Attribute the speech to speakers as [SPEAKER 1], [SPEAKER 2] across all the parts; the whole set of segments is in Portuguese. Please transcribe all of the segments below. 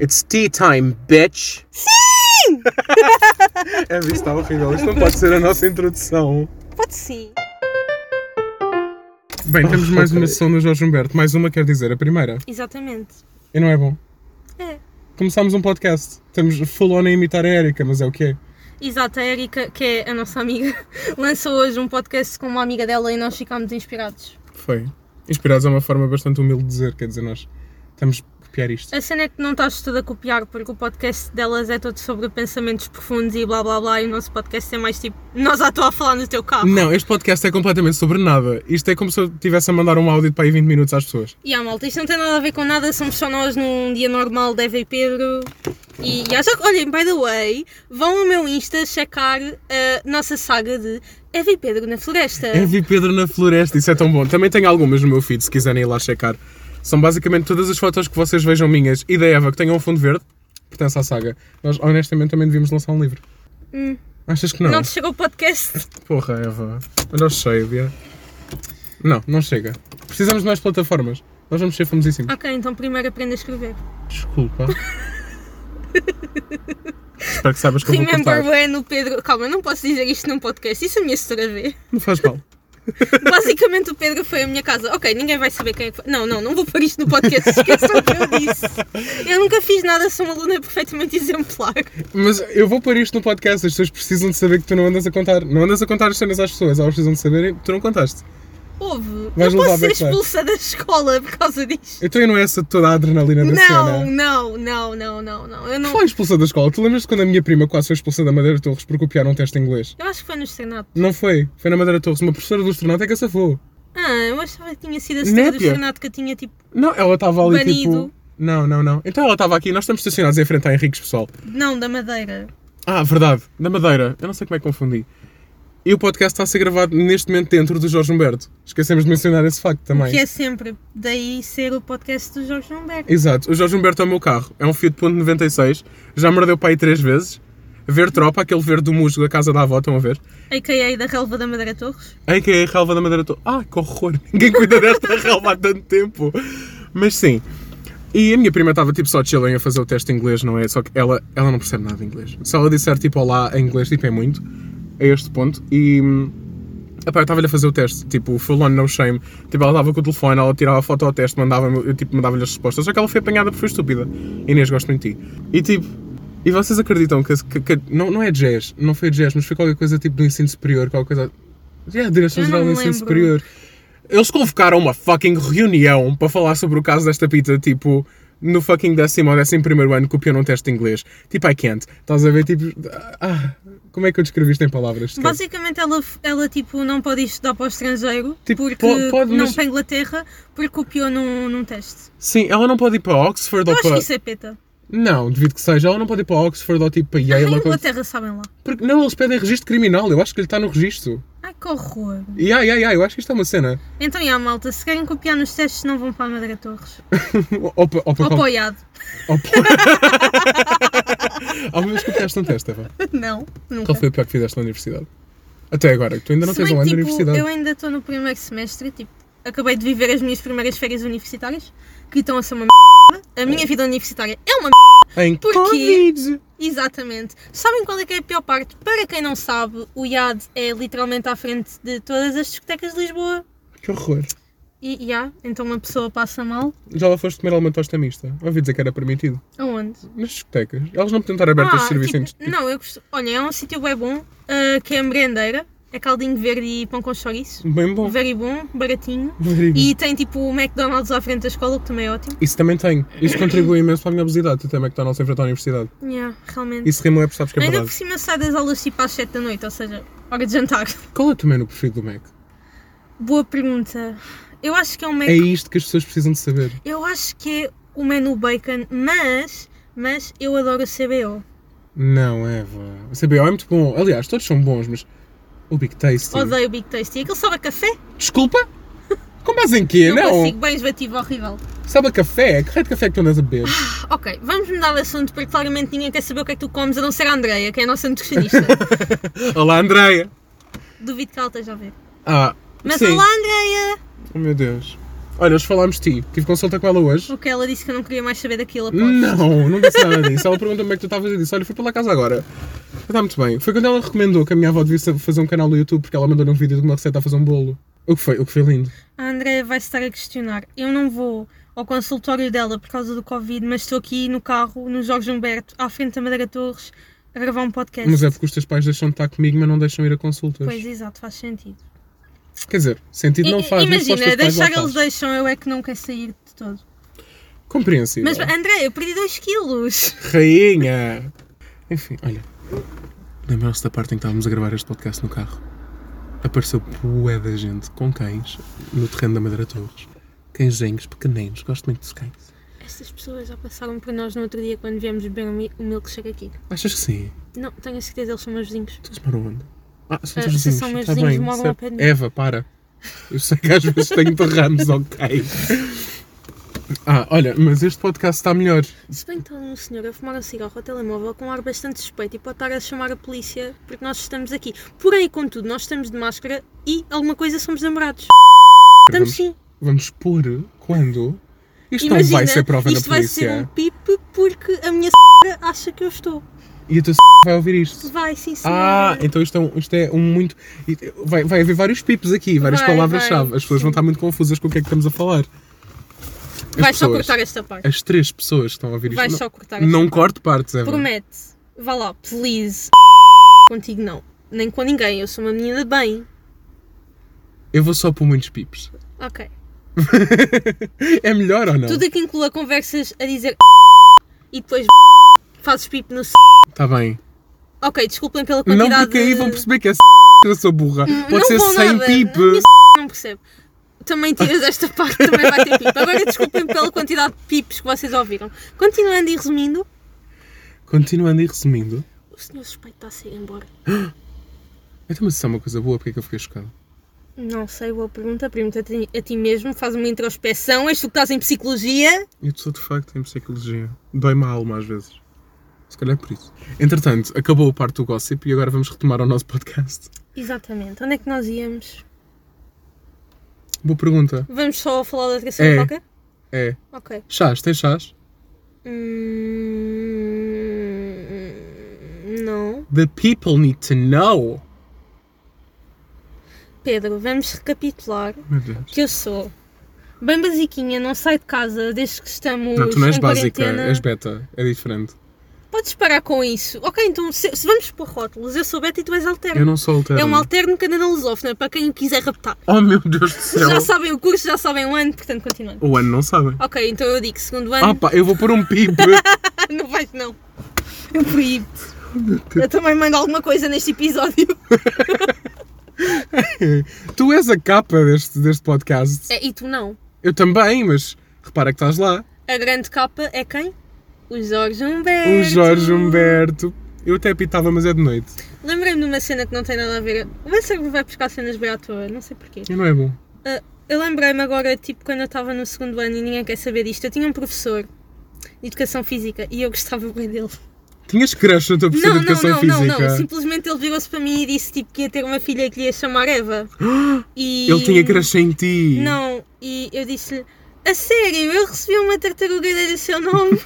[SPEAKER 1] It's tea time, bitch!
[SPEAKER 2] Sim!
[SPEAKER 1] É, isso tá horrível. Isto não pode ser a nossa introdução.
[SPEAKER 2] Pode sim.
[SPEAKER 1] Bem, temos mais uma
[SPEAKER 3] Ok.
[SPEAKER 1] sessão do Jorge Humberto. Mais uma, quer dizer, a primeira.
[SPEAKER 2] Exatamente.
[SPEAKER 1] E não é bom?
[SPEAKER 2] É.
[SPEAKER 1] Começámos um podcast. Estamos full on a imitar a Erika, mas é o quê?
[SPEAKER 2] Exato, a Erika, que é a nossa amiga, lançou hoje um podcast com uma amiga dela e nós ficámos inspirados.
[SPEAKER 1] Foi. Inspirados é uma forma bastante humilde de dizer, quer dizer, nós estamos a copiar isto.
[SPEAKER 2] A cena é que não estás toda a copiar, porque o podcast delas é todo sobre pensamentos profundos e blá blá blá, e o nosso podcast é mais tipo, nós à toa a falar no teu carro.
[SPEAKER 1] Não, este podcast é completamente sobre nada. Isto é como se eu estivesse a mandar um áudio de para aí 20 minutos às pessoas.
[SPEAKER 2] E a malta, isto não tem nada a ver com nada, somos só nós num dia normal de Eva e Pedro. E, e acho que, olhem, by the way, vão ao meu Insta checar a nossa saga de Eva e Pedro na floresta.
[SPEAKER 1] É vi Pedro na floresta, isso é tão bom. Também tenho algumas no meu feed, se quiserem ir lá checar. São basicamente todas as fotos que vocês vejam minhas e da Eva que tenham um fundo verde, pertence à saga. Nós, honestamente, também devíamos lançar um livro. Achas que não?
[SPEAKER 2] Hum. Não te chegou o podcast?
[SPEAKER 1] Porra, Eva. Olha o cheio, já. Não, não chega. Precisamos de mais plataformas. Nós vamos ser famosíssimos.
[SPEAKER 2] Ok, então primeiro aprenda a escrever.
[SPEAKER 1] Desculpa. Espero que saibas que eu vou
[SPEAKER 2] Remember
[SPEAKER 1] cortar.
[SPEAKER 2] when o Pedro. Calma, eu não posso dizer isto num podcast, isso é a minha história vê.
[SPEAKER 1] Não faz mal.
[SPEAKER 2] Basicamente o Pedro foi à minha casa. Ok, ninguém vai saber quem é que foi. Não, não, não vou pôr isto no podcast, esqueçam o que eu disse. Eu nunca fiz nada, sou uma aluna perfeitamente exemplar.
[SPEAKER 1] Mas eu vou pôr isto no podcast, as pessoas precisam de saber que tu não andas a contar. Não andas a contar as cenas às pessoas, elas precisam de saberem que tu não contaste.
[SPEAKER 2] Houve.
[SPEAKER 1] Vais
[SPEAKER 2] eu
[SPEAKER 1] levar
[SPEAKER 2] posso ser
[SPEAKER 1] backlash.
[SPEAKER 2] expulsa da escola por causa disto.
[SPEAKER 1] Então eu não é essa toda a adrenalina da
[SPEAKER 2] Não,
[SPEAKER 1] cena.
[SPEAKER 2] não, não, não, não, não. Eu não.
[SPEAKER 1] Foi expulsa da escola. Tu lembras-te quando a minha prima quase foi expulsa da Madeira Torres por copiar um teste em inglês?
[SPEAKER 2] Eu acho que foi no estrenato.
[SPEAKER 1] Não foi. Foi na Madeira Torres. Uma professora do estornato é que a safou.
[SPEAKER 2] Ah, eu achava que tinha sido a cena do
[SPEAKER 1] Népia.
[SPEAKER 2] estrenato que eu tinha tipo.
[SPEAKER 1] Não, ela estava ali
[SPEAKER 2] Banido.
[SPEAKER 1] tipo. Não, não, não. Então ela estava aqui, nós estamos estacionados em frente a Henriques, pessoal.
[SPEAKER 2] Não, da madeira.
[SPEAKER 1] Ah, verdade. Da Madeira. Eu não sei como é que confundi. E o podcast está a ser gravado neste momento dentro do Jorge Humberto. Esquecemos de mencionar esse facto também.
[SPEAKER 2] Que é sempre. Daí ser o podcast do Jorge Humberto.
[SPEAKER 1] Exato. O Jorge Humberto é o meu carro. É um Fiat Punto 96. Já mordeu para aí três vezes. Ver tropa, aquele verde do musgo da casa da avó, estão a ver?
[SPEAKER 2] AKA da relva da Madeira Torres.
[SPEAKER 1] Ai, que é a relva da madeira toda. Ah, que horror! Ninguém cuida desta relva há tanto tempo. Mas sim. E a minha prima estava tipo só chilling a fazer o teste em inglês, não é? Só que ela, ela não percebe nada de inglês. Se ela disser tipo olá em inglês, tipo é muito. A este ponto. E. hum, Epá, eu estava-lhe a fazer o teste, tipo, full on, no shame. Tipo, ela dava com o telefone, ela tirava a foto ao teste, mandava-me- eu tipo, mandava-lhe as respostas. Só que ela foi apanhada porque foi estúpida. Inês, gosto muito de ti. E tipo, e vocês acreditam que. que- que- não, não é jazz, não foi jazz, mas foi qualquer coisa tipo do ensino superior, qualquer coisa. Yeah, direção
[SPEAKER 2] Eu
[SPEAKER 1] geral do
[SPEAKER 2] não me
[SPEAKER 1] ensino
[SPEAKER 2] lembro.
[SPEAKER 1] superior. Eles convocaram uma fucking reunião para falar sobre o caso desta pita, tipo, no fucking décimo ou décimo primeiro ano copiou num teste de inglês. Tipo, I can't. Estás a ver, tipo. Ah, como é que eu descrevi isto em palavras?
[SPEAKER 2] Basicamente ela, ela tipo não pode estudar para o estrangeiro.
[SPEAKER 1] Tipo,
[SPEAKER 2] porque
[SPEAKER 1] po- pode,
[SPEAKER 2] não
[SPEAKER 1] mas-
[SPEAKER 2] para a Inglaterra porque copiou num, num teste.
[SPEAKER 1] Sim, ela não pode ir para Oxford
[SPEAKER 2] Eu
[SPEAKER 1] ou
[SPEAKER 2] acho que
[SPEAKER 1] para.
[SPEAKER 2] isso é peta.
[SPEAKER 1] Não, devido que seja, ela não pode ir para Oxford ou tipo para
[SPEAKER 2] A
[SPEAKER 1] Yale ou coisa-
[SPEAKER 2] Inglaterra sabem lá.
[SPEAKER 1] Porque, não, eles pedem registro criminal, eu acho que ele está no registro.
[SPEAKER 2] Ai que horror.
[SPEAKER 1] E ai, ai, ai, eu acho que isto é uma cena.
[SPEAKER 2] Então, e a malta, se querem copiar nos testes, não vão para a Madeira Torres.
[SPEAKER 1] ou para, ou para
[SPEAKER 2] Ou para o IAD.
[SPEAKER 1] Oh, pô. Alguma vez copiaste um teste, Eva?
[SPEAKER 2] Não, nunca.
[SPEAKER 1] Qual foi o pior que fizeste na universidade? Até agora, que tu Então, ainda não
[SPEAKER 2] Se
[SPEAKER 1] tens
[SPEAKER 2] bem
[SPEAKER 1] um ano
[SPEAKER 2] que,
[SPEAKER 1] de
[SPEAKER 2] tipo,
[SPEAKER 1] universidade.
[SPEAKER 2] eu ainda estou no primeiro semestre, tipo, acabei de viver as minhas primeiras férias universitárias, que estão a ser uma merda. A minha vida universitária é uma merda.
[SPEAKER 1] Em
[SPEAKER 2] Porquê?
[SPEAKER 1] Covid.
[SPEAKER 2] Exatamente. Sabem qual é que é a pior parte? Para quem não sabe, o IAD é literalmente à frente de todas as discotecas de Lisboa.
[SPEAKER 1] Que horror.
[SPEAKER 2] E, e há, então uma pessoa passa mal.
[SPEAKER 1] Já lá foste comer alguma tosta mista? Ouvi dizer que era permitido.
[SPEAKER 2] Aonde?
[SPEAKER 1] Nas discotecas. Elas não podiam estar abertas de serviço em
[SPEAKER 2] tipo, não, eu gosto. Olha, é um sítio bem bom, ah, que é merendeira. É caldinho verde e pão com chouriço.
[SPEAKER 1] Bem bom.
[SPEAKER 2] Very bom, baratinho.
[SPEAKER 1] Verídico.
[SPEAKER 2] E tem tipo o McDonald's à frente da escola, que também é ótimo.
[SPEAKER 1] Isso também tem. Isso contribui imenso para a minha obesidade. Tu também que está na frente à universidade.
[SPEAKER 2] Yeah, realmente.
[SPEAKER 1] Isso rimou é porque sabes que é
[SPEAKER 2] Ainda por
[SPEAKER 1] verdade.
[SPEAKER 2] cima sai das aulas tipo às 7 da noite, ou seja, hora de jantar.
[SPEAKER 1] Qual é o tamanho do perfil do Mac?
[SPEAKER 2] Boa pergunta. Eu acho que é um Mac.
[SPEAKER 1] É isto que as pessoas precisam de saber.
[SPEAKER 2] Eu acho que é o menu bacon, mas, mas eu adoro o CBO.
[SPEAKER 1] Não, Eva. O CBO é muito bom. Aliás, todos são bons, mas o Big Tasty.
[SPEAKER 2] Odeio o Big Tasty. Aquilo sabe a café?
[SPEAKER 1] Desculpa? Com base em quê?
[SPEAKER 2] não
[SPEAKER 1] Não!
[SPEAKER 2] consigo, bem esbativo, horrível.
[SPEAKER 1] Sabe a café? Que raio de café é que tu andas a beber?
[SPEAKER 2] Ok, vamos mudar de assunto porque claramente ninguém quer saber o que é que tu comes a não ser a Andreia, que é a nossa nutricionista.
[SPEAKER 1] Olá, Andreia!
[SPEAKER 2] Duvido que ela esteja a ver.
[SPEAKER 1] Ah,
[SPEAKER 2] Mas
[SPEAKER 1] sim.
[SPEAKER 2] olá, Andreia!
[SPEAKER 1] Oh, meu Deus. Olha, hoje falámos de ti. Tive consulta com ela hoje.
[SPEAKER 2] Porque ela disse que eu não queria mais saber daquilo após.
[SPEAKER 1] Hum. Não, não disse nada disso. Ela perguntou-me como é que tu estavas e eu disse: Olha, fui pela casa agora. Está muito bem. Foi quando ela recomendou que a minha avó devia fazer um canal no YouTube porque ela mandou-lhe um vídeo de uma receita a fazer um bolo. O que foi? O que foi lindo.
[SPEAKER 2] A Andrea vai estar a questionar. Eu não vou ao consultório dela por causa do Covid, mas estou aqui no carro, no Jorge Humberto, à frente da Madeira Torres, a gravar um podcast.
[SPEAKER 1] Mas é porque os teus pais deixam de estar comigo, mas não deixam ir a consultas.
[SPEAKER 2] Pois, exato, faz sentido.
[SPEAKER 1] Quer dizer, sentido não
[SPEAKER 2] I-
[SPEAKER 1] faz. mas para os
[SPEAKER 2] Imagina,
[SPEAKER 1] teus pais lá
[SPEAKER 2] deixar eles
[SPEAKER 1] faz.
[SPEAKER 2] deixam, eu é que não quero sair de todo.
[SPEAKER 1] Compreensível.
[SPEAKER 2] Mas, André, eu perdi 2 quilos.
[SPEAKER 1] Rainha! Enfim, olha. Lembram-se da parte em que estávamos a gravar este podcast no carro? Apareceu bué da gente com cães no terreno da Madeira Torres. Cãezinhos pequeninos, gosto muito dos cães.
[SPEAKER 2] Estas pessoas já passaram por nós no outro dia quando viemos beber o mi- o milkshake aqui.
[SPEAKER 1] Achas que sim?
[SPEAKER 2] Não, tenho a certeza, eles são meus vizinhos.
[SPEAKER 1] Vocês moram onde? Ah, são teus
[SPEAKER 2] Ah, se
[SPEAKER 1] vizinhos.
[SPEAKER 2] são meus
[SPEAKER 1] tá
[SPEAKER 2] vizinhos,
[SPEAKER 1] bem,
[SPEAKER 2] moram ao
[SPEAKER 1] certo.
[SPEAKER 2] pé de mim.
[SPEAKER 1] Eva, para. Eu sei que às vezes tenho derrames, ok? Ah, olha, mas este podcast está melhor.
[SPEAKER 2] Se bem que está um senhor a fumar um cigarro ao telemóvel com um ar bastante suspeito e pode estar a chamar a polícia porque nós estamos aqui. Porém, contudo, nós estamos de máscara e alguma coisa somos namorados.
[SPEAKER 1] Vamos,
[SPEAKER 2] Estamos sim.
[SPEAKER 1] vamos pôr quando? Isto não
[SPEAKER 2] Imagina,
[SPEAKER 1] vai ser prova
[SPEAKER 2] isto
[SPEAKER 1] na
[SPEAKER 2] vai
[SPEAKER 1] polícia.
[SPEAKER 2] ser um pipe porque a minha s*** acha que eu estou.
[SPEAKER 1] E a tua s... vai ouvir isto.
[SPEAKER 2] Vai, sim, senhora.
[SPEAKER 1] Ah, então isto é um, isto é um muito. e- Vai, vai haver vários pips aqui, várias
[SPEAKER 2] Vai,
[SPEAKER 1] palavras-chave.
[SPEAKER 2] vai,
[SPEAKER 1] As pessoas vão
[SPEAKER 2] sim.
[SPEAKER 1] estar muito confusas com o que é que estamos a falar. As
[SPEAKER 2] Vai só
[SPEAKER 1] pessoas-
[SPEAKER 2] cortar esta parte.
[SPEAKER 1] As três pessoas que estão a ouvir
[SPEAKER 2] Vai
[SPEAKER 1] isto.
[SPEAKER 2] só cortar
[SPEAKER 1] não
[SPEAKER 2] esta
[SPEAKER 1] não corte partes, é
[SPEAKER 2] Promete. Vá lá, please. Contigo não. Nem com ninguém. Eu sou uma menina de bem.
[SPEAKER 1] Eu vou só pôr muitos pips.
[SPEAKER 2] Ok.
[SPEAKER 1] É melhor ou não?
[SPEAKER 2] Tudo aqui inclua conversas a dizer e depois fazes pipo no s.
[SPEAKER 1] Tá bem.
[SPEAKER 2] Ok, desculpem pela
[SPEAKER 1] Não
[SPEAKER 2] quantidade
[SPEAKER 1] porque aí
[SPEAKER 2] de- Hum,
[SPEAKER 1] vão perceber que é s... eu sou burra. Pode
[SPEAKER 2] não
[SPEAKER 1] ser
[SPEAKER 2] vão
[SPEAKER 1] sem
[SPEAKER 2] nada.
[SPEAKER 1] pip.
[SPEAKER 2] A minha s*** Não percebo. Também tiras esta parte, também vai ter pipo. Agora desculpem pela quantidade de pipos que vocês ouviram. Continuando e resumindo,
[SPEAKER 1] Continuando e resumindo.
[SPEAKER 2] o senhor suspeito está a sair embora.
[SPEAKER 1] Então, mas isso é uma coisa boa, porque é que eu fiquei chocado?
[SPEAKER 2] Não sei, boa pergunta. Pergunta a ti, a ti mesmo, faz uma introspeção. És tu que estás em psicologia.
[SPEAKER 1] Eu sou de facto em psicologia. Dói-me a alma às vezes. Se calhar é por isso. Entretanto, acabou a parte do gossip e agora vamos retomar o nosso podcast.
[SPEAKER 2] Exatamente. Onde é que nós íamos?
[SPEAKER 1] Boa pergunta.
[SPEAKER 2] Vamos só falar da terceira
[SPEAKER 1] É.
[SPEAKER 2] coca?
[SPEAKER 1] É.
[SPEAKER 2] Ok.
[SPEAKER 1] Chás, tem chás?
[SPEAKER 2] Hum, Não.
[SPEAKER 1] The people need to know.
[SPEAKER 2] Pedro, vamos recapitular
[SPEAKER 1] Meu Deus.
[SPEAKER 2] que eu sou bem basiquinha, não saio de casa desde que estamos
[SPEAKER 1] Não, tu não és
[SPEAKER 2] em
[SPEAKER 1] básica,
[SPEAKER 2] quarentena.
[SPEAKER 1] és beta. É diferente.
[SPEAKER 2] Podes parar com isso. Ok, então se, se vamos pôr rótulos, eu sou beta e tu és
[SPEAKER 1] Eu
[SPEAKER 2] alterno.
[SPEAKER 1] não sou alterno.
[SPEAKER 2] É um alterno que anda na lusófona, para quem o quiser raptar.
[SPEAKER 1] Oh meu Deus do céu.
[SPEAKER 2] Já sabem o curso, já sabem o ano, portanto continuando.
[SPEAKER 1] O ano não sabe.
[SPEAKER 2] Ok, então eu digo segundo
[SPEAKER 1] Ah
[SPEAKER 2] ano.
[SPEAKER 1] pá, eu vou pôr um pip.
[SPEAKER 2] não vais não. Eu proíbo-te. Eu também mando alguma coisa neste episódio.
[SPEAKER 1] tu és a capa deste, deste podcast.
[SPEAKER 2] É, e tu não.
[SPEAKER 1] Eu também, mas repara que estás lá.
[SPEAKER 2] A grande capa é quem? O Jorge Humberto.
[SPEAKER 1] O Um Jorge Humberto. Eu até pitava, mas é de noite.
[SPEAKER 2] Lembrei-me de uma cena que não tem nada a ver. O Ben sempre vai buscar cenas bem à toa, não sei porquê.
[SPEAKER 1] E não é bom.
[SPEAKER 2] Ah, eu lembrei-me agora, tipo, quando eu estava no segundo ano e ninguém quer saber disto. Eu tinha um professor de educação física e eu gostava bem dele.
[SPEAKER 1] Tinhas crush na tua professora
[SPEAKER 2] Não,
[SPEAKER 1] de
[SPEAKER 2] não,
[SPEAKER 1] educação
[SPEAKER 2] não, não,
[SPEAKER 1] física?
[SPEAKER 2] não. Simplesmente ele virou-se para mim e disse tipo, que ia ter uma filha que lhe ia chamar Eva. E...
[SPEAKER 1] Ele tinha crush em ti.
[SPEAKER 2] Não, e eu disse-lhe: A sério, eu recebi uma tartaruga e dei-lhe o seu nome.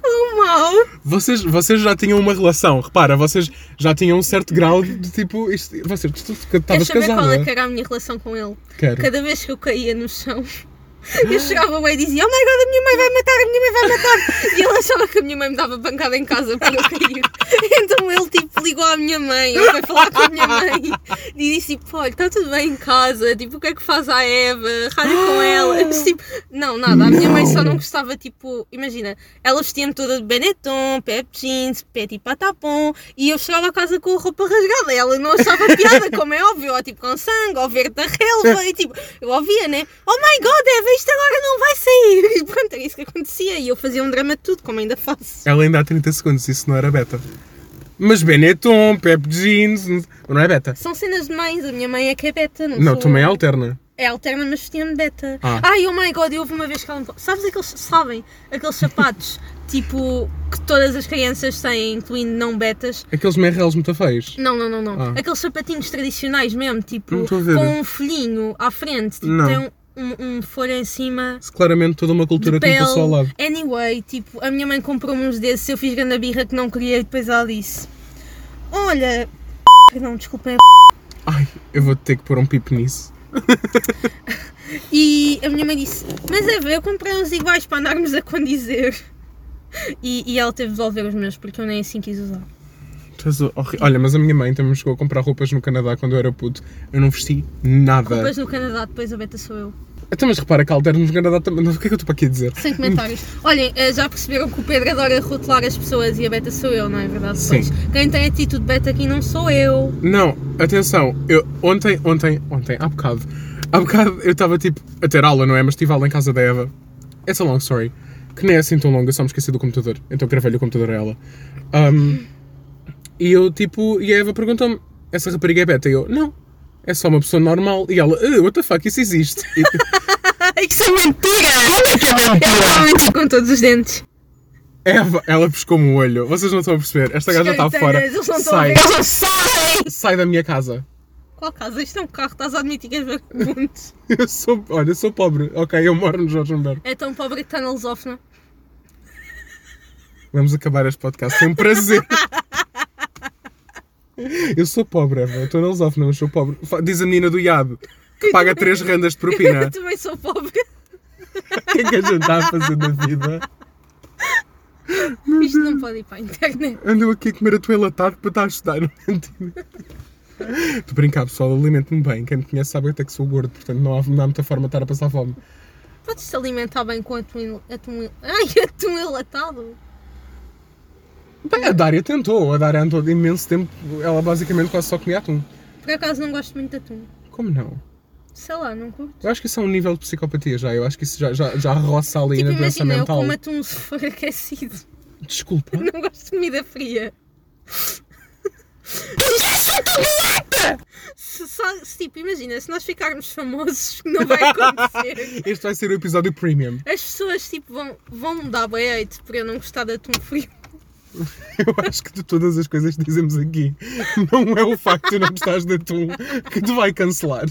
[SPEAKER 2] Quão mal!
[SPEAKER 1] Vocês, vocês já tinham uma relação, repara, vocês já tinham um certo grau de tipo. Isto, vocês, tu
[SPEAKER 2] Queres
[SPEAKER 1] estavas
[SPEAKER 2] saber qual é
[SPEAKER 1] casada.
[SPEAKER 2] que era a minha relação com ele?
[SPEAKER 1] Quero.
[SPEAKER 2] Cada um vez que eu caía no chão, eu chegava bem e dizia: Oh my god, a minha mãe vai matar, a minha mãe vai matar! E ele achava que a minha mãe me dava pancada em casa por eu cair. Então ele tipo ligou à minha mãe, ele foi falar com a minha mãe e disse: tipo, Olha, está tudo bem em casa, tipo, o que é que faz a Eva? Rádio com ela. Mas, tipo, não, nada, a minha mãe só não gostava, tipo, imagina, ela vestia-me toda de Benetton, Pep Jeans, Petit Patapon e eu chegava a casa com a roupa rasgada. Ela não achava piada, como é óbvio, ou tipo com sangue, ou verde da relva, e tipo, eu ouvia, né? Oh my god, Eva, isto agora não vai sair! E pronto, era isso que acontecia. E eu fazia um drama de tudo, como ainda faço.
[SPEAKER 1] Ela ainda há 30 segundos, isso não era beta. Mas Benetton, Pep Jeans, não- não é beta.
[SPEAKER 2] São cenas de mães, a minha mãe é que é beta, não
[SPEAKER 1] Não,
[SPEAKER 2] sou
[SPEAKER 1] tu também é
[SPEAKER 2] eu.
[SPEAKER 1] alterna.
[SPEAKER 2] É alterna, mas vestia-me de beta.
[SPEAKER 1] Ah.
[SPEAKER 2] Ai, oh my god, eu houve uma vez que ela me... Sabes aqueles, sabem, aqueles sapatos, tipo, que todas as crianças têm, incluindo não betas?
[SPEAKER 1] Aqueles merrelos muito feios.
[SPEAKER 2] Não, não, não, não.
[SPEAKER 1] Ah.
[SPEAKER 2] Aqueles sapatinhos tradicionais mesmo, tipo,
[SPEAKER 1] Não estou a ver.
[SPEAKER 2] com um folhinho à frente, tipo,
[SPEAKER 1] Não.
[SPEAKER 2] tem um, um, um folho em cima.
[SPEAKER 1] Se claramente toda uma cultura
[SPEAKER 2] De
[SPEAKER 1] que me
[SPEAKER 2] pele.
[SPEAKER 1] passou ao lado.
[SPEAKER 2] Anyway, tipo, a minha mãe comprou-me uns desses, eu fiz grande birra que não queria e depois ela disse: Olha, não, desculpem,
[SPEAKER 1] Ai, eu vou ter que pôr um pipo nisso.
[SPEAKER 2] E a minha mãe disse: Mas é ver, eu comprei uns iguais para andarmos a condizer. E, e ela teve de devolver os meus porque eu nem assim quis usar.
[SPEAKER 1] Tu és horri- Olha, mas a minha mãe também me chegou a comprar roupas no Canadá quando eu era puto. Eu não vesti nada.
[SPEAKER 2] Depois no Canadá, depois a beta sou eu.
[SPEAKER 1] Até mas repara que alterno no Canadá também. não, O que é que eu estou para aqui a dizer?
[SPEAKER 2] Sem comentários. Olhem, eh, já perceberam que o Pedro adora rotular as pessoas e a beta sou eu, não é verdade?
[SPEAKER 1] Sim.
[SPEAKER 2] Pois. Quem tem atitude beta aqui não sou eu.
[SPEAKER 1] Não, atenção, eu ontem, ontem, ontem, há bocado, há bocado eu estava tipo a ter aula, não é? Mas estive aula em casa da Eva. It's a long story. Que nem é assim tão longa, só me esqueci do computador. Então gravei-lhe o computador a ela. Um, e eu tipo, e a Eva perguntou-me: essa rapariga é beta? E eu, não, é só uma pessoa normal. E ela, "Eh, what the fuck, isso existe. E,
[SPEAKER 2] Ai, que isso é mentira! Como é que é mentira? Eu estava a mentir com todos os dentes.
[SPEAKER 1] Eva, ela pescou-me o olho. Vocês não estão a perceber. Esta gaja está fora.
[SPEAKER 2] Eles não estão a
[SPEAKER 1] Sai,
[SPEAKER 2] ver, eles não sabem!
[SPEAKER 1] sai da minha casa.
[SPEAKER 2] Qual casa? Isto é um carro, estás a admitir que és vagabundos.
[SPEAKER 1] Eu sou, olha, eu sou pobre. Ok, eu moro no Jorge Amber.
[SPEAKER 2] É tão pobre que está na lusófona.
[SPEAKER 1] Vamos acabar este podcast sem prazer. Eu sou pobre, Eva. Eu Estou na lusófona, mas sou pobre. Fa- Diz a menina do Iado, que paga 3 rendas de propina.
[SPEAKER 2] Eu também sou pobre.
[SPEAKER 1] O que é que a gente está a fazer na vida?
[SPEAKER 2] Isto não pode ir para a internet.
[SPEAKER 1] Andam aqui a comer a tua enlatado para estar a estudar, não mentira. Estou a brincar, pessoal. Alimento-me bem. Quem me conhece sabe até que sou gordo, portanto não há, não há muita forma de estar a passar fome.
[SPEAKER 2] Podes te alimentar bem com atum, atum, ai, atum enlatado?
[SPEAKER 1] Bem, a Dária tentou. A Dária andou de imenso tempo. Ela basicamente quase só comia atum.
[SPEAKER 2] Por acaso não gosto muito de atum.
[SPEAKER 1] Como não?
[SPEAKER 2] Sei lá, não curto.
[SPEAKER 1] Eu acho que isso é um nível de psicopatia já. Eu acho que isso já, já, já roça ali
[SPEAKER 2] Tipo,
[SPEAKER 1] na doença
[SPEAKER 2] imagina, eu
[SPEAKER 1] mental.
[SPEAKER 2] como atum se for aquecido.
[SPEAKER 1] Desculpa.
[SPEAKER 2] Não gosto de comida fria. Se, só- se, tipo, imagina, se nós ficarmos famosos, não vai acontecer.
[SPEAKER 1] Este vai ser o episódio premium.
[SPEAKER 2] As pessoas tipo, vão, vão me dar bem hate por eu não gostar de atum frio.
[SPEAKER 1] Eu acho que de todas as coisas que dizemos aqui, não é o facto de não gostares de atum que te vai cancelar.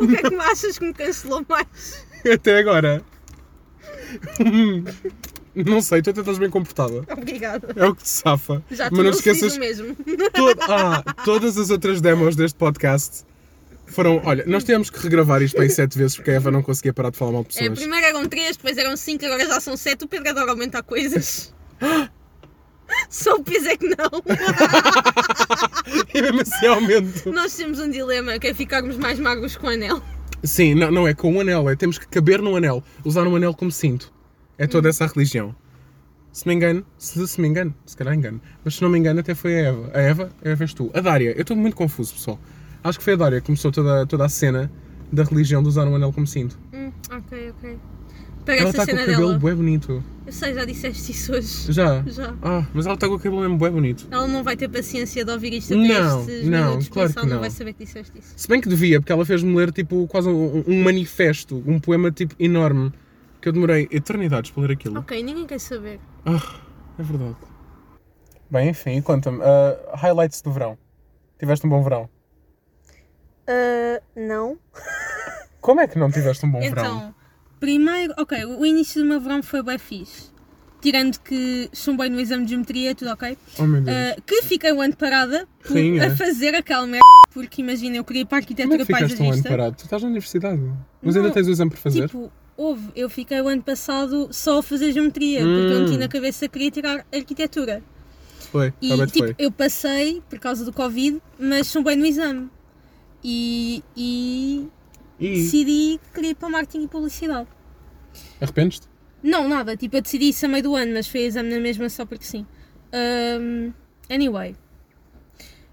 [SPEAKER 2] O que é que me achas que me cancelou mais?
[SPEAKER 1] Até agora. Hum. Não sei, tu até estás bem comportada.
[SPEAKER 2] Obrigada.
[SPEAKER 1] É o que te safa.
[SPEAKER 2] Já
[SPEAKER 1] Mas
[SPEAKER 2] estou
[SPEAKER 1] não
[SPEAKER 2] no
[SPEAKER 1] te esqueças.
[SPEAKER 2] esqueças... mesmo.
[SPEAKER 1] to- ah, todas as outras demos deste podcast foram. Olha, nós tivemos que regravar isto para aí sete vezes porque a Eva não conseguia parar de falar mal de
[SPEAKER 2] É,
[SPEAKER 1] pessoas.
[SPEAKER 2] primeiro eram três, depois eram cinco, agora já são sete. O Pedro adora aumentar coisas. Só o Pis é que não.
[SPEAKER 1] E mesmo assim aumento.
[SPEAKER 2] Nós temos um dilema, que é ficarmos mais magros com o anel.
[SPEAKER 1] Sim, não, não é com um anel, é temos que caber num anel, usar um anel como cinto. É toda essa a religião. Se me engano, se, se me engano, se calhar engano, mas se não me engano até foi a Eva. A Eva, a Eva és tu. A Dária, eu estou muito confuso, pessoal. Acho que foi a Dária que começou toda, toda a cena da religião de usar um anel como cinto.
[SPEAKER 2] Hum, ok, ok.
[SPEAKER 1] ela
[SPEAKER 2] Parece
[SPEAKER 1] está
[SPEAKER 2] a
[SPEAKER 1] com o
[SPEAKER 2] cena
[SPEAKER 1] cabelo
[SPEAKER 2] dela.
[SPEAKER 1] bué bonito.
[SPEAKER 2] Eu sei, já disseste isso hoje.
[SPEAKER 1] Já?
[SPEAKER 2] Já.
[SPEAKER 1] Ah, mas ela está com o cabelo mesmo bué bonito.
[SPEAKER 2] Ela não vai ter paciência de ouvir isto até
[SPEAKER 1] Não,
[SPEAKER 2] estes
[SPEAKER 1] não,
[SPEAKER 2] minutos, por
[SPEAKER 1] claro
[SPEAKER 2] isso
[SPEAKER 1] que
[SPEAKER 2] ela não
[SPEAKER 1] não.
[SPEAKER 2] vai saber que disseste isso.
[SPEAKER 1] Se bem que devia, porque ela fez-me ler tipo quase um, um manifesto, um poema tipo enorme, que eu demorei eternidades para ler aquilo.
[SPEAKER 2] Ok, ninguém quer saber.
[SPEAKER 1] Ah, é verdade. Bem, enfim, conta-me. ah, highlights do verão. Tiveste um bom verão.
[SPEAKER 2] não.
[SPEAKER 1] Como é que não tiveste um bom verão?
[SPEAKER 2] Então, primeiro, ok, o início do meu verão foi bem fixe. Tirando que chumbei no exame de geometria, tudo ok.
[SPEAKER 1] Oh meu Deus.
[SPEAKER 2] Uh, que fiquei um ano parada por-
[SPEAKER 1] Rainha.
[SPEAKER 2] a fazer aquela merda, porque imagina, eu queria ir para a
[SPEAKER 1] é. Como é que
[SPEAKER 2] arquitetura
[SPEAKER 1] ficaste um ano
[SPEAKER 2] paisagista.
[SPEAKER 1] parado? Tu estás na universidade. Mas
[SPEAKER 2] Não,
[SPEAKER 1] ainda tens o exame para fazer?
[SPEAKER 2] tipo, houve, eu fiquei o ano passado só a fazer geometria, porque eu
[SPEAKER 1] Hum.
[SPEAKER 2] não tinha na cabeça que queria tirar arquitetura.
[SPEAKER 1] foi,
[SPEAKER 2] E
[SPEAKER 1] realmente
[SPEAKER 2] tipo,
[SPEAKER 1] foi.
[SPEAKER 2] eu passei por causa do Covid, mas chumbei no exame. E, e
[SPEAKER 1] E
[SPEAKER 2] decidi que queria ir para marketing e publicidade.
[SPEAKER 1] arrependes-te?
[SPEAKER 2] Não, nada, tipo, eu decidi isso a meio do ano, mas foi exame na mesma só porque sim. Ahm, anyway.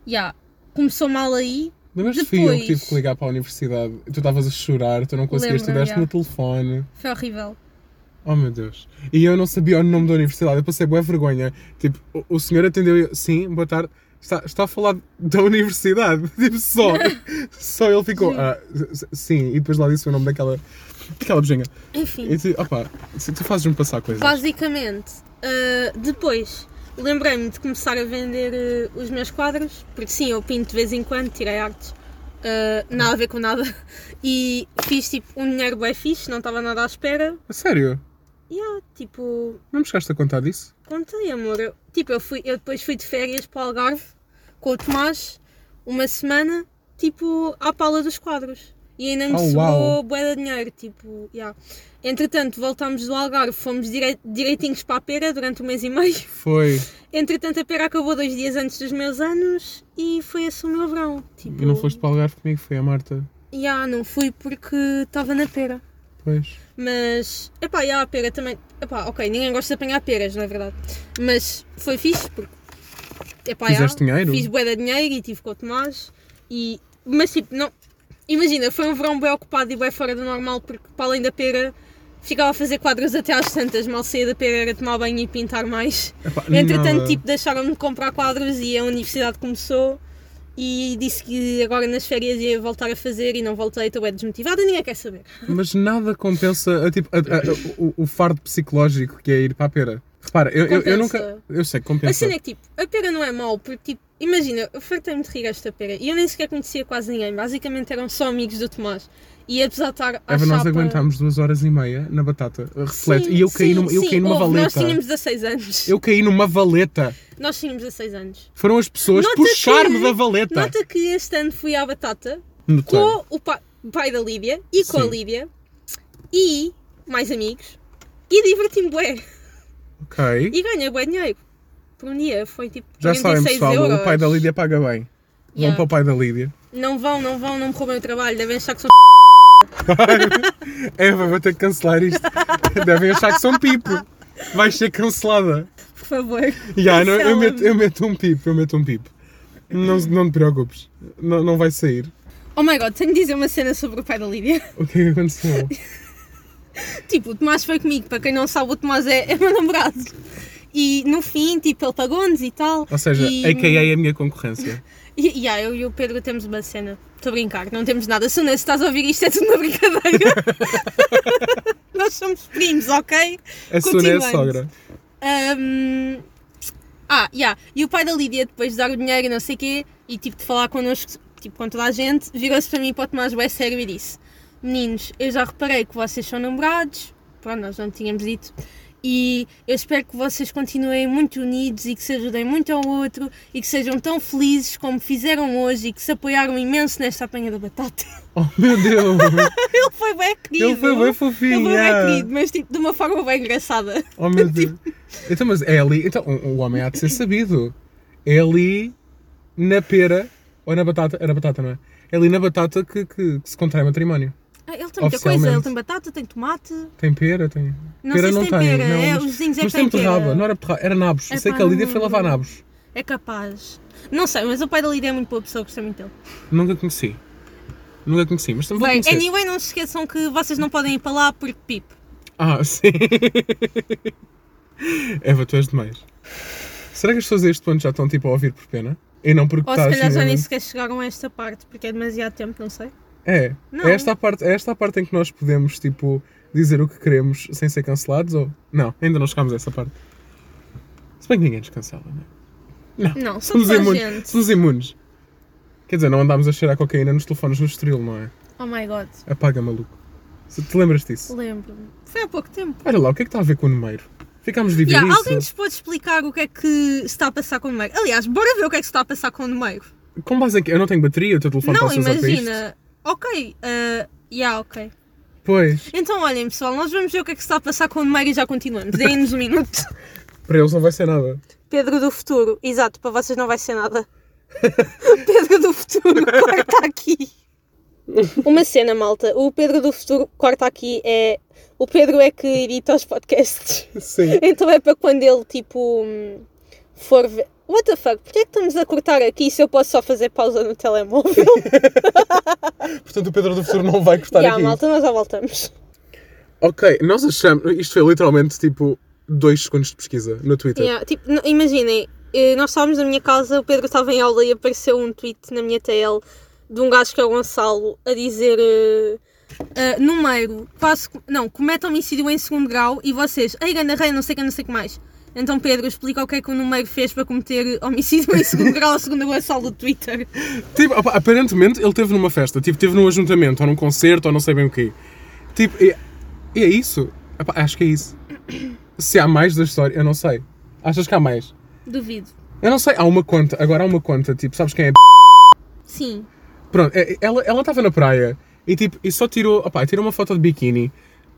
[SPEAKER 2] Yeah. Começou mal aí.
[SPEAKER 1] Lembras-te que fui eu que
[SPEAKER 2] Depois-
[SPEAKER 1] tive que ligar para a universidade? Tu estavas a chorar, tu não conseguias, tu
[SPEAKER 2] Lembro-me,
[SPEAKER 1] deste
[SPEAKER 2] já.
[SPEAKER 1] no telefone.
[SPEAKER 2] Foi horrível.
[SPEAKER 1] Oh meu Deus. E eu não sabia o nome da universidade, eu passei boa vergonha. Tipo, o, o senhor atendeu e eu, sim, boa tarde. Está, está a falar da universidade. Tipo, só. só ele ficou. "Ah, s- sim, e depois lá disse o nome daquela. daquela bejenga.
[SPEAKER 2] Enfim.
[SPEAKER 1] E disse, opa, se tu fazes-me passar coisas.
[SPEAKER 2] Basicamente, uh, depois lembrei-me de começar a vender uh, os meus quadros, porque sim, eu pinto de vez em quando, tirei artes, uh, nada a ver com nada, e fiz tipo um dinheiro bem fixe, não estava nada à espera,
[SPEAKER 1] A sério?
[SPEAKER 2] e ah, tipo,
[SPEAKER 1] Não me chegaste a contar disso?
[SPEAKER 2] contei amor, eu, tipo, eu, fui, eu depois fui de férias para o Algarve com o Tomás, uma semana, tipo, à pala dos quadros. E ainda me
[SPEAKER 1] Oh,
[SPEAKER 2] sobrou
[SPEAKER 1] uau.
[SPEAKER 2] bué de dinheiro, tipo, yeah. Entretanto, voltámos do Algarve, fomos direi- direitinhos para a pera durante um mês e meio.
[SPEAKER 1] Foi.
[SPEAKER 2] Entretanto, a pera acabou dois dias antes dos meus anos e foi esse o meu verão. Tipo,
[SPEAKER 1] E não foste para o Algarve comigo, foi a Marta.
[SPEAKER 2] Ya, não fui porque estava na pera.
[SPEAKER 1] Pois.
[SPEAKER 2] Mas, epá, ya, a pera também. Epá, ok, ninguém gosta de apanhar peras, na verdade. Mas foi fixe porque. Epá, ya,
[SPEAKER 1] Fizeste dinheiro?
[SPEAKER 2] Fiz bué de dinheiro e tive com o Tomás. E, mas tipo, não. Imagina, foi um verão bem ocupado e bem fora do normal porque, para além da pera, ficava a fazer quadros até às tantas. Mal saía da pera era tomar banho e pintar mais.
[SPEAKER 1] Epá,
[SPEAKER 2] Entretanto,
[SPEAKER 1] nada.
[SPEAKER 2] tipo, deixaram-me de comprar quadros e a universidade começou e disse que agora nas férias ia voltar a fazer e não voltei, estou bem desmotivada, ninguém quer saber.
[SPEAKER 1] Mas nada compensa a, tipo, a- a- o, o fardo psicológico que é ir para a pera. Repara, eu, eu, eu
[SPEAKER 2] Compensa.
[SPEAKER 1] nunca. Eu sei que
[SPEAKER 2] A
[SPEAKER 1] compensa.
[SPEAKER 2] cena é que, tipo, a pera não é mau, porque, tipo, imagina, eu fartei-me de rir esta pera e eu nem sequer conhecia quase ninguém, basicamente eram só amigos do Tomás. E apesar de estar à
[SPEAKER 1] Eva, É, nós
[SPEAKER 2] chapa-
[SPEAKER 1] aguentámos duas horas e meia na batata. Reflete.
[SPEAKER 2] Sim,
[SPEAKER 1] e eu caí,
[SPEAKER 2] sim,
[SPEAKER 1] numa, eu
[SPEAKER 2] sim,
[SPEAKER 1] caí numa
[SPEAKER 2] houve, Nós
[SPEAKER 1] valeta.
[SPEAKER 2] tínhamos 16 anos.
[SPEAKER 1] Eu caí numa valeta.
[SPEAKER 2] Nós tínhamos 16 anos.
[SPEAKER 1] Foram as pessoas
[SPEAKER 2] Nota
[SPEAKER 1] puxar-me
[SPEAKER 2] que-
[SPEAKER 1] da valeta.
[SPEAKER 2] Nota que este ano fui à batata
[SPEAKER 1] Notei.
[SPEAKER 2] com o pa- pai da Líbia e com a
[SPEAKER 1] Tá. Sim.
[SPEAKER 2] Líbia e mais amigos e diverti-me bué
[SPEAKER 1] Ok.
[SPEAKER 2] e ganhei bué dinheiro por um dia foi tipo
[SPEAKER 1] Já sabem,
[SPEAKER 2] 46
[SPEAKER 1] pessoal,
[SPEAKER 2] euros
[SPEAKER 1] o pai da Lídia paga bem. Vão
[SPEAKER 2] Yeah.
[SPEAKER 1] para o pai da Lídia.
[SPEAKER 2] não vão, não vão, não me roubem o trabalho devem achar que são
[SPEAKER 1] Eva, vou ter que cancelar isto. Devem achar que sou um pipo. Vais ser cancelada.
[SPEAKER 2] por favor
[SPEAKER 1] Ya, não, eu,
[SPEAKER 2] Cancela-me.
[SPEAKER 1] meto, eu meto um pipo, eu meto um pipo. Não, não te preocupes. Não, não vai sair.
[SPEAKER 2] oh my god, tenho de dizer uma cena sobre o pai da Líbia
[SPEAKER 1] O que é que aconteceu?
[SPEAKER 2] tipo, o Tomás foi comigo, para quem não sabe o Tomás é, é meu namorado e no fim, tipo, ele pagou-nos e tal
[SPEAKER 1] Ou seja, é
[SPEAKER 2] e...
[SPEAKER 1] AKA a minha concorrência.
[SPEAKER 2] E, e, ah, eu e o Pedro temos uma cena. Estou a brincar, não temos nada. Suna, se estás a ouvir isto, é tudo uma brincadeira. Nós somos primos, ok?
[SPEAKER 1] A Suna é a
[SPEAKER 2] Continuando.
[SPEAKER 1] sogra.
[SPEAKER 2] Ahm, Ah, yeah. e o pai da Lídia, depois de dar o dinheiro e não sei o quê, e tipo de falar connosco, tipo com toda a gente, virou-se para mim para o Tomás Bué sério e disse: Meninos, eu já reparei que vocês são namorados, pronto, nós não tínhamos dito, e eu espero que vocês continuem muito unidos e que se ajudem muito ao outro e que sejam tão felizes como fizeram hoje e que se apoiaram imenso nesta apanha da batata.
[SPEAKER 1] Oh meu Deus!
[SPEAKER 2] Ele foi bem querido.
[SPEAKER 1] Ele foi bem fofinho.
[SPEAKER 2] Ele foi bem
[SPEAKER 1] yeah.
[SPEAKER 2] querido, mas tipo de uma forma bem engraçada.
[SPEAKER 1] Oh meu Deus. Então, mas é ali. Então, o o homem há de ser sabido. É ali na pera ou na batata. Era batata, não é? É ali na batata que, que- que se contrai matrimónio.
[SPEAKER 2] Ah, Ele tem muita coisa,
[SPEAKER 1] Oficialmente.
[SPEAKER 2] ele tem batata, tem tomate.
[SPEAKER 1] Tem pera, tem.
[SPEAKER 2] Não sei se tem pera, é, os vizinhos é
[SPEAKER 1] mas
[SPEAKER 2] que
[SPEAKER 1] tem
[SPEAKER 2] têm
[SPEAKER 1] beterraba,
[SPEAKER 2] pera.
[SPEAKER 1] não era beterraba, era nabos. Eu sei
[SPEAKER 2] Epá,
[SPEAKER 1] que a Lídia
[SPEAKER 2] não-
[SPEAKER 1] foi lavar nabos.
[SPEAKER 2] É capaz. Não sei, mas o pai da Lídia é muito boa pessoa, gostei muito dele.
[SPEAKER 1] Nunca conheci. Nunca conheci, mas também vou
[SPEAKER 2] Bem, é
[SPEAKER 1] conhecer.
[SPEAKER 2] anyway, não se esqueçam que vocês não podem ir para lá porque pip.
[SPEAKER 1] Ah, sim. Eva, tu és demais. Será que as pessoas a este ponto já estão tipo a ouvir por pena? E não porque
[SPEAKER 2] Ou se
[SPEAKER 1] estás
[SPEAKER 2] calhar já nem
[SPEAKER 1] minimamente-
[SPEAKER 2] sequer chegaram a esta parte porque é demasiado tempo, não sei.
[SPEAKER 1] É.
[SPEAKER 2] Não.
[SPEAKER 1] É esta, a parte, é esta a parte em que nós podemos, tipo, dizer o que queremos sem ser cancelados ou. Não, ainda não chegámos a essa parte. Se bem que ninguém nos cancela, não é?
[SPEAKER 2] Não, somos a
[SPEAKER 1] imunes.
[SPEAKER 2] gente.
[SPEAKER 1] Somos imunes. Quer dizer, não andámos a cheirar cocaína nos telefones no estrilo, não é?
[SPEAKER 2] Oh my god,
[SPEAKER 1] Apaga, maluco. Se te lembras disso?
[SPEAKER 2] lembro-me. Foi há pouco tempo.
[SPEAKER 1] Olha lá, o que é que está a ver com o número? Ficámos de ver
[SPEAKER 2] Yeah,
[SPEAKER 1] isso.
[SPEAKER 2] alguém nos pode explicar o que é que se está a passar com o Numeiro? Aliás, bora ver o que é que se está a passar com o Numeiro.
[SPEAKER 1] Com base em que eu não tenho bateria, o teu telefone
[SPEAKER 2] Não,
[SPEAKER 1] está a usar para isto.
[SPEAKER 2] imagina. Ok, ah, yeah, ok.
[SPEAKER 1] Pois,
[SPEAKER 2] Então olhem pessoal, nós vamos ver o que é que se está a passar com o Numeiro e já continuamos. Deem-nos um minuto.
[SPEAKER 1] para eles não vai ser nada.
[SPEAKER 2] Pedro do futuro, exato, para vocês não vai ser nada. Pedro do futuro, corta aqui. Uma cena, malta. O Pedro do futuro, corta aqui, é. O Pedro é que edita os podcasts.
[SPEAKER 1] Sim.
[SPEAKER 2] Então é para quando ele, tipo. hum, for ver. What the fuck? Porquê é que estamos a cortar aqui se eu posso só fazer pausa no telemóvel?
[SPEAKER 1] Portanto, o Pedro do Futuro não vai
[SPEAKER 2] Já,
[SPEAKER 1] cortar aqui.
[SPEAKER 2] malta, nós já voltamos.
[SPEAKER 1] Ok, nós achamos. Isto foi literalmente tipo dois segundos de pesquisa no Twitter.
[SPEAKER 2] Yeah, tipo, n- imaginem, eh, nós estávamos na minha casa, o Pedro estava em aula e apareceu um tweet na minha TL de um gajo que é o Gonçalo a dizer. eh, eh, número, quase. Não, comete homicídio em segundo grau e vocês. Ei, ganda rei, não sei o que, não sei o que mais. Então, Pedro, explica o que é que o número fez para cometer homicídio em segundo grau, segundo o Gonçalo do Twitter.
[SPEAKER 1] Tipo, opa, aparentemente ele teve numa festa, tipo, teve num ajuntamento, ou num concerto, ou não sei bem o quê. Tipo, e, e é isso? Opa, acho que é isso. Se há mais da história, eu não sei. Achas que há mais?
[SPEAKER 2] Duvido.
[SPEAKER 1] Eu não sei, há uma conta, agora há uma conta, tipo, sabes quem é?
[SPEAKER 2] Sim.
[SPEAKER 1] Pronto, é- é- ela ela estava na praia e tipo, e só tirou, opá, tirou uma foto de biquíni.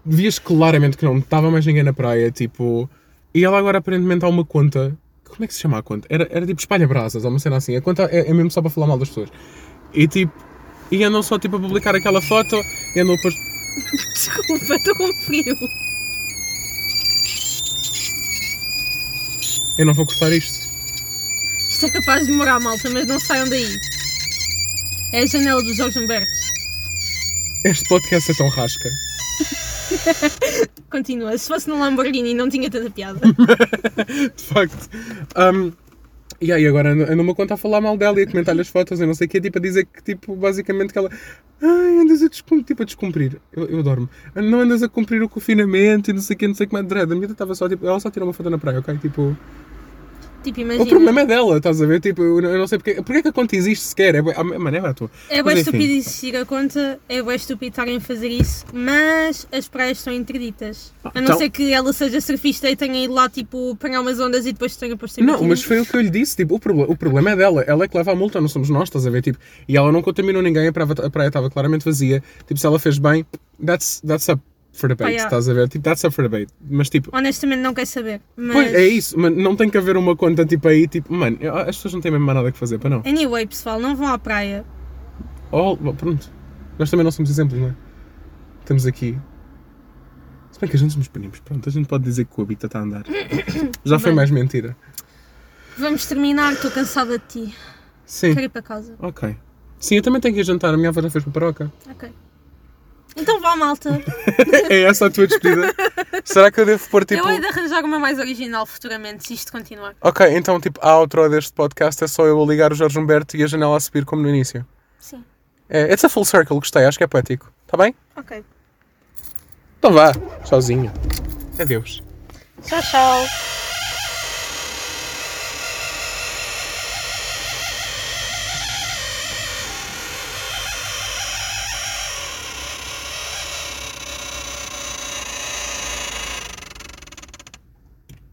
[SPEAKER 1] Vias claramente que não estava mais ninguém na praia, tipo. E ela agora aparentemente há uma conta. Como é que se chama a conta? Era, era tipo espalha-brasas, ou uma cena assim. A conta é, é mesmo só para falar mal das pessoas. E tipo, e andam só tipo a publicar aquela foto e andam depois.
[SPEAKER 2] Desculpa, estou com frio.
[SPEAKER 1] Eu não vou cortar isto.
[SPEAKER 2] Isto é capaz de demorar, malta, mas não saiam daí. É a janela dos Jorge Humberto.
[SPEAKER 1] Este podcast é tão rasca.
[SPEAKER 2] Continua. Se fosse num Lamborghini não tinha tanta piada.
[SPEAKER 1] De facto. Um, e aí agora ando- anda-me a conta a falar mal dela e a comentar-lhe as fotos e não sei o quê, tipo a dizer que, tipo, basicamente que ela... Ai, andas a, descum tipo, a descumprir. Eu, eu adoro-me. "Ah, Não andas a cumprir o confinamento e não sei o quê, não sei o que mais. Dread, a minha estava só, tipo, ela só tirou uma foto na praia, ok? Tipo,
[SPEAKER 2] Tipo,
[SPEAKER 1] o
[SPEAKER 2] imagina.
[SPEAKER 1] problema é dela, estás a ver? Tipo, eu não, eu não sei porque... Porque é que a conta existe sequer? É, bué- ah, mano, é à toa. Mas
[SPEAKER 2] É bem
[SPEAKER 1] enfim.
[SPEAKER 2] estúpido existir a conta, é bem estúpido estarem a fazer isso, mas as praias são interditas. A não
[SPEAKER 1] então-
[SPEAKER 2] ser que ela seja surfista e tenha ido lá, tipo, apanhar umas ondas e depois tenha posto em
[SPEAKER 1] Não,
[SPEAKER 2] biquíni.
[SPEAKER 1] mas foi o que eu lhe disse. Tipo, o, proble- o problema é dela. Ela é que leva a multa, não somos nós, estás a ver? Tipo, e ela não contaminou ninguém, a praia, a praia estava claramente vazia. Tipo, se ela fez bem, that's, that's up for debate,
[SPEAKER 2] Ah, yeah.
[SPEAKER 1] estás a ver? Tipo, that's up for debate. Mas tipo,
[SPEAKER 2] Honestamente, não quero saber. Mas...
[SPEAKER 1] pois é isso, mas não tem que haver uma conta tipo aí, tipo, mano, eu- as pessoas não têm mesmo mais nada que fazer, para não.
[SPEAKER 2] Anyway, pessoal, não vão à praia.
[SPEAKER 1] Oh, bom, pronto. Nós também não somos exemplos, não é? Estamos aqui. Se bem que a gente nos punimos, pronto, a gente pode dizer que o Habita está a andar. Já foi
[SPEAKER 2] Bem.
[SPEAKER 1] mais mentira.
[SPEAKER 2] Vamos terminar, estou cansada de ti.
[SPEAKER 1] Sim.
[SPEAKER 2] Quero ir para casa.
[SPEAKER 1] Ok. Sim, eu também tenho que ir jantar, a minha avó já fez paparoca.
[SPEAKER 2] Ok. Então vá, malta.
[SPEAKER 1] É essa a tua despedida? Será que eu devo pôr tipo.
[SPEAKER 2] Eu hei de arranjar uma mais original futuramente, se isto continuar.
[SPEAKER 1] Ok, então tipo, a outro deste podcast é só eu a ligar o Jorge Humberto e a janela a subir como no início.
[SPEAKER 2] Sim.
[SPEAKER 1] É, it's a full circle, gostei, acho que é poético. Tá bem?
[SPEAKER 2] Ok.
[SPEAKER 1] Então vá, sozinho. Adeus.
[SPEAKER 2] Tchau, tchau.